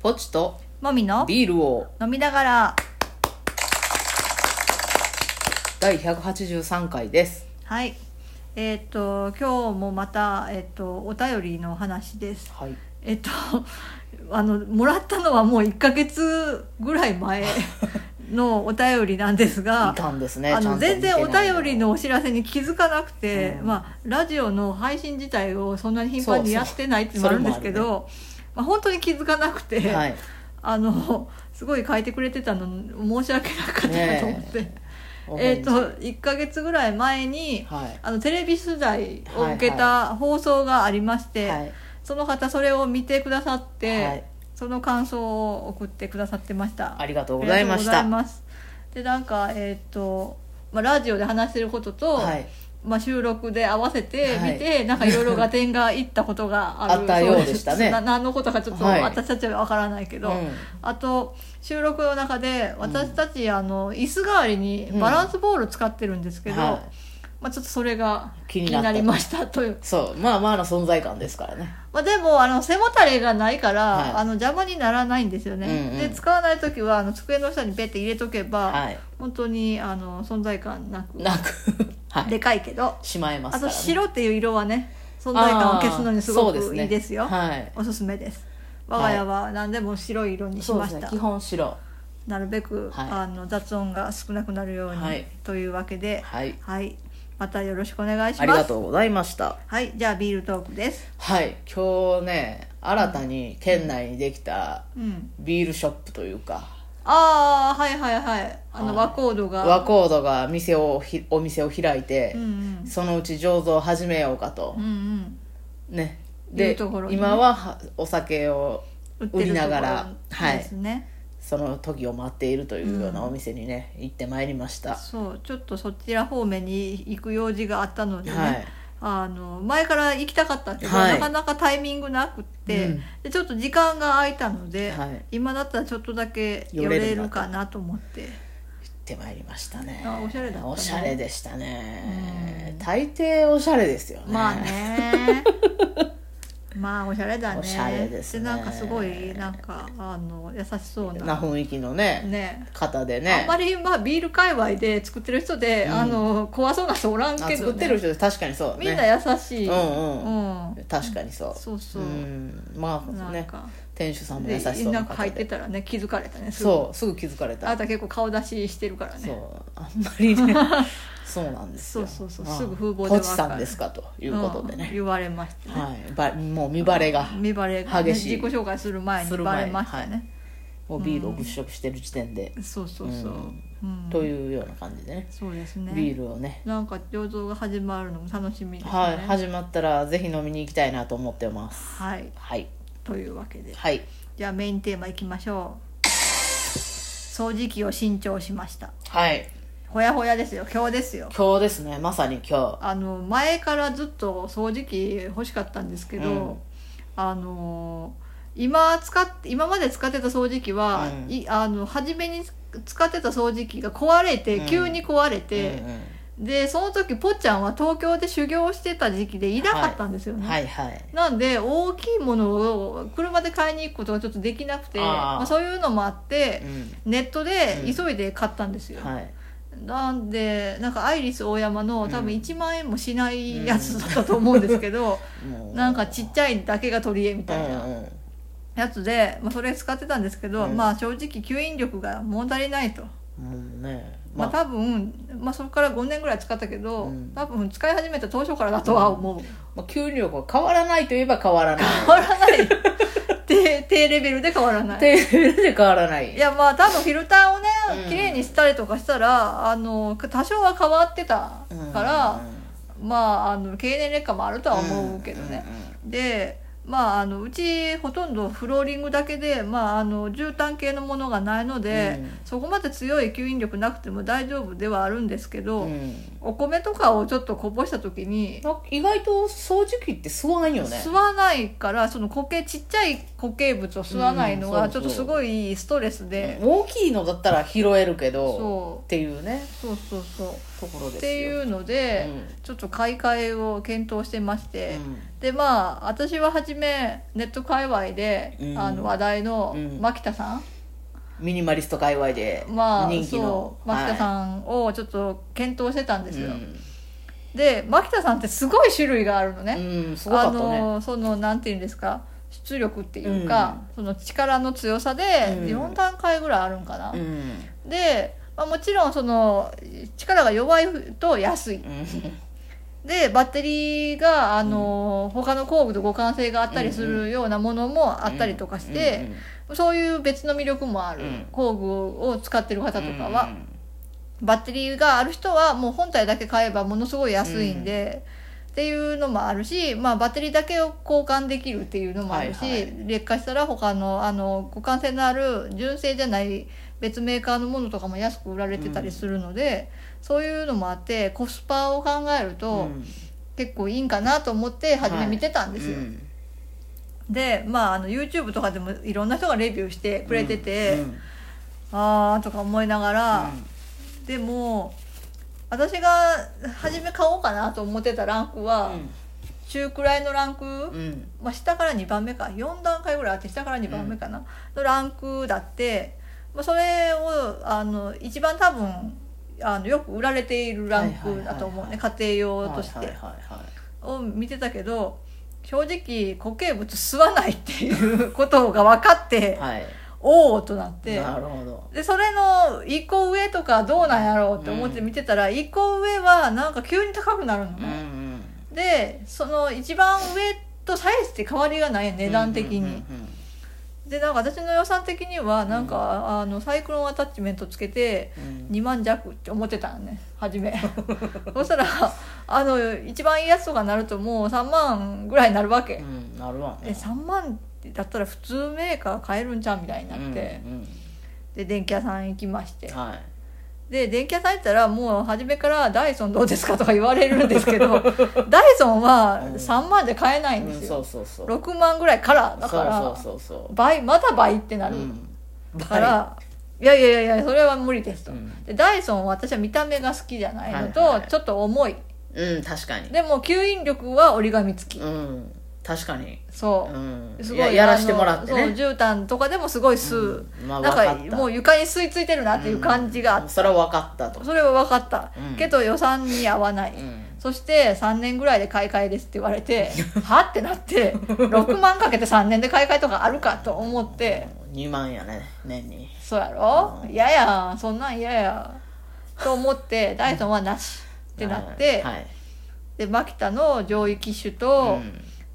ポチともみのビールを飲みながら第183回ですはいえーっと今日もまたえーっとお便りの話ですはいえっと あのもらったのはもう1ヶ月ぐらい前 のお便りなんですがいたんですねあちゃんのと見全てない然お便りのお知らせに気づかなくて、うんまあ、ラジオの配信自体をそんなに頻繁にやってないっていうのもそあうるそうんですけそれもど、まあ、本当に気づかなくて、はいあのすごい書いてくれてたの申し訳なかったなと思って、えっと1ヶ月ぐらい前にはいあのテレビ取材を受けた放送がありまして、はいその方それを見てくださって、はいその感想を送ってくださってました。ありがとうございましたありがとうございますでなんかえーっと、まあ、ラジオで話してることと、はいまあ、収録で合わせてはい見て、なんかいろいろ合点がいったことがあるあったようでしたねそうですな何のことかちょっとはい私たちは分からないけど、あと収録の中で私たち、あの椅子代わりにバランスボール使ってるんですけど、うんはいまあ、ちょっとそれが気気にになったなりましたというそうまあまあの存在感ですからねまあ、でもあの背もたれがないから、はいあの邪魔にならないんですよね、うんうんで使わない時はあの机の下にペッて入れとけば、はい本当にあの存在感なくなく はいでかいけどしまいまあすかとら、ね、白っていう色はね存在感を消すのにすごあーそうくいいですよね、はいおすすめです我が家は何でも白い色にしそうまでしすた、ね基本白なるべく、はいあの雑音が少なくなるように、はいというわけではいはい、またよろしくお願いしありまがすとうございましたはいじゃあビールトークですはい今日ね新たに県内にできたうんビールショップというかああはいはいはいあのはい和コードが和コードが店をひお店を開いて、うんうんそのうち醸造を始めようかとうん、うんねいでうところにね今ははお酒を売って売るりとこながらろですね、その時を待っているというようなうんお店にね、行ってまいりましたそうちょっとそちら方面に行く用事があったのでね、はいあの前から行きたかったけど、はいなかなかタイミングなくって、うんでちょっと時間が空いたので、はい今だったらちょっとだけ寄寄れれるなるとかなと思って行ってまいりましたねあおしゃれだったねおしゃれでしたねうん大抵おしゃれですよねまあ ねまあおしゃれだねおしゃれですねなんかすごいなんかあの優しそうなな雰囲気のねね方であんねまりまあビール界隈で作ってる人で、うんあの怖そうな人おらんけど、ね、あ作ってる人で確かにそうだねみんな優しい、うんうんうん確かにそうそうそう、んまあなんねか店主さんも優でしそうななんか方入ってでたらね気づかれたねすぐそうすぐ気づかれあなたた結構顔出ししてるからそね うあんまりねそうなんですよそうそうそうまあすぐ風貌でわかポるチさんですかということでうんね言われましたね、はいばもう見バレが見バレが、ね、激しい自己紹介する前すにるバ前レましたね、もうビールを物色してる時点でそうそうそう、うんというような感じでねそうですねビールをねなんか醸造が始まるのも楽しみですねはい始まったらぜひ飲みに行きたいなと思ってますはい、はいというわけではいじゃあメインテーマいきましょう掃除機を新調しましたはいほやほやですよ今日ですよ今日ですねまさに今あの前からずっと掃除機欲しかったんですけど、うんあの今使っ今まで使ってた掃除機は、うんいあの初めに使ってた掃除機が壊れて、うん急に壊れ日てうん、でその時ぽっちゃんは東京で修行してた時期でいなかったんですようんね、はいはいなんで大きいものを車で買いに行くことがちょっとできなくてあーまあ、そういうのもあってうんネットでうん急いで買ったんですよ、はいなんでなんかアイリスオーヤマの多分うん1万円もしないやつだったと思うんですけど、もう なんかちっちゃいだけが取り柄みたいうんなうんやつで、まあ、それ使ってたんですけど、うんまあ正直吸引力が物足りないと。もうね、まあ、あ、多分、まあ、そこから5年ぐらい使ったけど、うん多分使い始めた当初からだとは思う、 まあ、給料が変わらないといえば変わらない。変わらない 低低レベルで変わらないテレビで変わらない。いやまあ多分フィルターをねうん綺麗にしたりとかしたら、あの多少は変わってたうんから、まああの経年劣化もあるとは思うけどね、。でまああのうちほとんどフローリングだけで、まあ、あの絨毯系のものがないので、うんそこまで強い吸引力なくても大丈夫ではあるんですけうんど、うんうんうんお米とかをちょっとこぼした時にな意外と掃除機って吸わないよね吸わないからその固形ちっちゃい固形物を吸わないのうがんちそょうそっうとすごいストレスで、大きいのだったら拾えるけどそっていうねうそうそうそうところですよっていうのうで、んちょっと買い替えを検討してまして、うでまあ私は初めネット界隈で、うんあの話題のうん牧田さん、んミニマリスト界隈でまあ人気のそう牧田さんをちょっと検討してたんですよ、うんで牧田さんってすごい種類があるのね、うんすごかったあねのそのなんていうんですか出力っていうか、その力の強さでうん4段階ぐらいあるんかな、うんで、まあ、もちろんその力が弱いと安いでバッテリーがあの、他の工具と互換性があったりするようなものもあったりとかして、そういう別の魅力もある、うん工具を使ってるうん方うんとうんかは、バッテリーがある人はもう本体だけ買えばものすごい安いんで、っていうのもあるし、まあ、バッテリーだけを交換できるっていうのもあるし、はいは劣化したら他のあの互換性のある純正じゃない別メーカーのものとかも安く売られてたりするので、そういうのもあってコスパを考えるうとん結構いいんかなと思って初め見てたんですよ。うんで、まあ、あの YouTube とかでもいろんな人がレビューしてくれてて、うんあーとか思いながら。でも私が初め買おうかなと思ってたランクは、中くらいのランク、うんうんまあ、下から2番目か4段階ぐらいあって下から2番目かな、のランクだって、まあ、それをあの一番多分あのよく売られているランクだと思うね、はい家庭用として、はいはいはいはを見てたけど正直固形物吸わないっていうことが分かって、いはいおおとなって。なるほどでそれの1個上とかどうなんやろうって思って見てたら、1個上はなんか急に高くなるのうんうね、んでその一番上とサイズって変わりがない値段的に、うんうんでなんか私の予算的にはなんか、あのサイクロンアタッチメントつけてうん2万弱って思ってたのね初め そしたらあの一番いいやつとかになるともう3万ぐらいになるわけ、うんなるわえ3万だったら普通メーカー買えるんちゃうみたいになって、うんで電気屋さん行きましてうんはいで電気屋さん行ったらもう初めから「ダイソンどうですか?」とか言われるんです けどダイソンはうん3万じゃ買えないんうでんすそよ、うそうそう6万ぐらいからだからそうそうそうそう倍また倍ってなるうんから、い、やいやいやいやそれは無理ですと、うんでダイソンは私は見た目が好きじゃないのと、はいはいちょっと重いうん確かにでも吸引力は折り紙付き、うん確かにそうう、んすごいややらしてもらってあのねそう絨毯とかでもすごい吸う、うんまあなん分かかったもう床に吸い付いてるなっていう感じがあって、それは分かったとそれは分かった、うんけど予算に合わない、うんそして3年ぐらいで買い替えですって言われ てはってなって6万かけて3年で買い替えとかあるかと思って2万やね年にそうやろうん嫌やんそんなん嫌やと 思ってダイソンはなしってなって、はいはいでマキタの上位機種とうん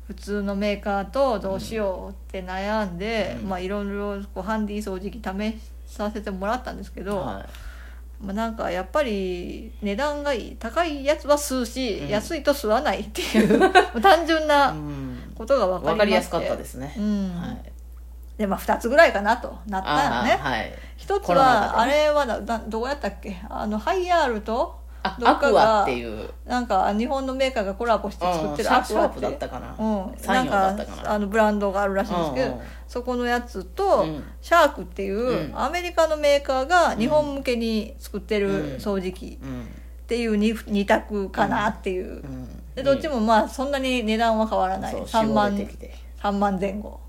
普通のメーカーとどうしようって悩んで、うんまあいろいろこうハンディ掃除機試させてもらったんですけど、はまあ、なんかやっぱり値段がいい高いやつは吸うし、うん安いと吸わないっていう もう単純い、うなんことが分かりま分かりやすしてかったですねう、んはいでまあ2つぐらいかなとなったらあねーはい一つコロナは、禍あれはだだどうやったっけあのハイヤールとあどアっかクがアっていう、うん、シなんか日本のメーカーがコラボして作ってるャアーシクャアーっプてだったかな、うん、サなイんンだったかかなあのブランドがあるらしいんですけど、うんうんそこのやつと、うんシャークっていう、うんアメリカのメーカーが日本向けに作ってうんる掃除機うんっていう 2, 二択かなっていう、うんでどっちもまあそんなに値段は変わらないそう3絞万れてきて3万前後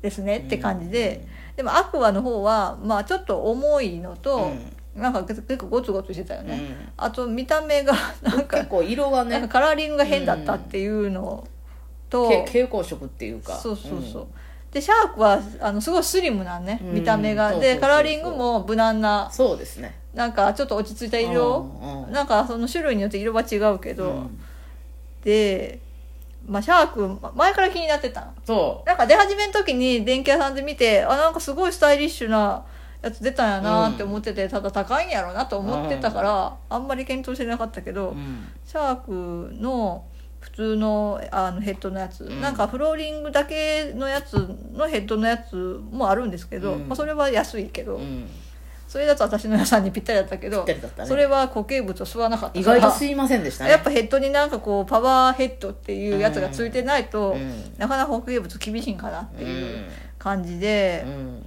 ですねって感じで、でもアクアの方はまあちょっと重いのと、なんか結構ゴツゴツしてたようんうね、んあと見た目がなんか結構色がなんかねカラーリングが変だったっていうのと、け蛍光色っていうかそうそうそう、でシャークはあのすごいスリムなんね、うん見た目そがうそうそうでそうカラーリングも無難うんなそうですねなんかちょっと落ち着いた色、うんうんなんかその種類によって色は違うけど、うんで、まあ、シャークま前から気になってたんそなんか出始めの時に電気屋さんで見てあなんかすごいスタイリッシュなやつ出たんやなって思ってて、ただ高いんやろうなと思ってたから、あんまり検討してなかったけど、う、うんシャークの普通のあのヘッドのやつ、うんなんかフローリングだけのやつのヘッドのやつもあるんですけど、うんまあ、それは安いけど、うんそれだと私の予算にぴったりだったけどぴったりだったねそれは固形物を吸わなかった意から外と吸いませんでしたねやっぱヘッドになんかこうパワーヘッドっていうやつがついてないと、うんなかなか固形物厳しいんかなってういうん感じで、うん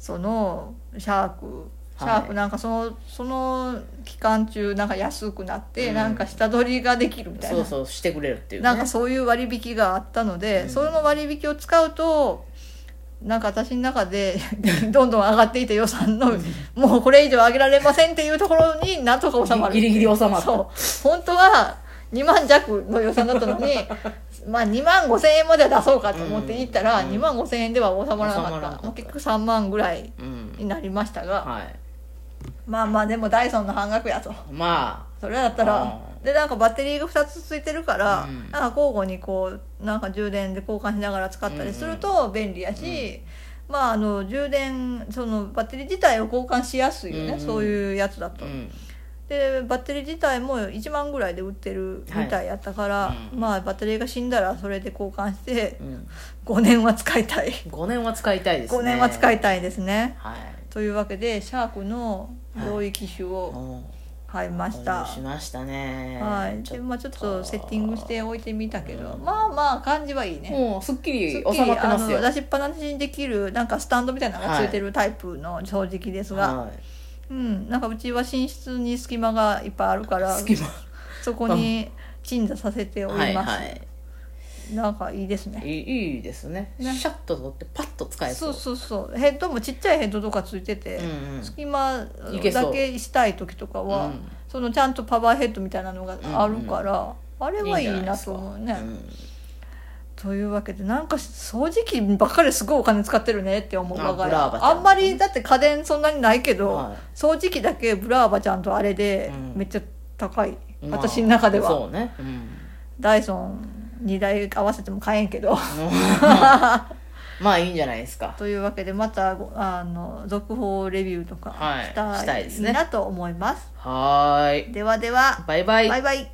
そのシャークシはいャークなんかその,、その期間中なんか安くなって、うんなんか下取りができるみたいなそうそうしてくれるっていうねなんかそういう割引があったので、うんその割引を使うとなんか私の中で どんどん上がっていた予算のもうこれ以上上げられませんっていうところになんとか収まるギリギリ収まったそう本当は2万弱の予算だったのに まあ2万5千円までは出そうかと思って行ったら、うん2万5千円では収まらな収かまらなかったったもう結局3万ぐらいうにんなりましたが、はいまあまあでもダイソンの半額やと。まそれだったらうでなんかバッテリーが2つついてるから、うんなんか交互にこうなんか充電で交換しながら使ったりすると便利やし、まああの充電そのバッテリー自体を交換しやすいよね、うんそういうやつだあと、うんでバッテリー自体も1万ぐらいで売ってるみたいやったから、はいうんまあバッテリーが死んだらそれで交換して うん5年は使いたい5年は使いたいですね5年は使いいたいですねはいというわけでシャークの領域種をお買いました、購入しましたねはい、ちでょっまあちょっとセッティングしておいてみたけど、うんまあまあ感じはいいとねもうすっきりすっ収きりまってますよあの出しっぱなしにできるなんかスタンドみたいなのがついてるタイプの掃除機ですが、はうんなんかうちは寝室に隙間がいっぱいあるからい隙間そこに鎮座させております、はいはいなんかいいですねいいいいですねねシャッと取ってパッと使えそそううそうそうヘッドもちっちゃいヘッドとかついてて、うんうん隙間いけそうだけしたい時とかは、うんそのちゃんとパワーヘッドみたいなのがあるから、あれはいんじゃいななですかと思うね。んというわけでなんか掃除機ばっかりすごいお金使ってるねって思うあ我がブ家ラーバちゃんあんまりだって家電そんなにないけど、は掃除機だけブラーバちゃんとあれでうんめっちゃ高い、まあ私の中では、そうねうんダイソン2台合わせても買えんけど まあいいんじゃないですかというわけでまたごあの続報レビューとかはいしたしたいいですねなと思います、はーいではではバイバイバイバイ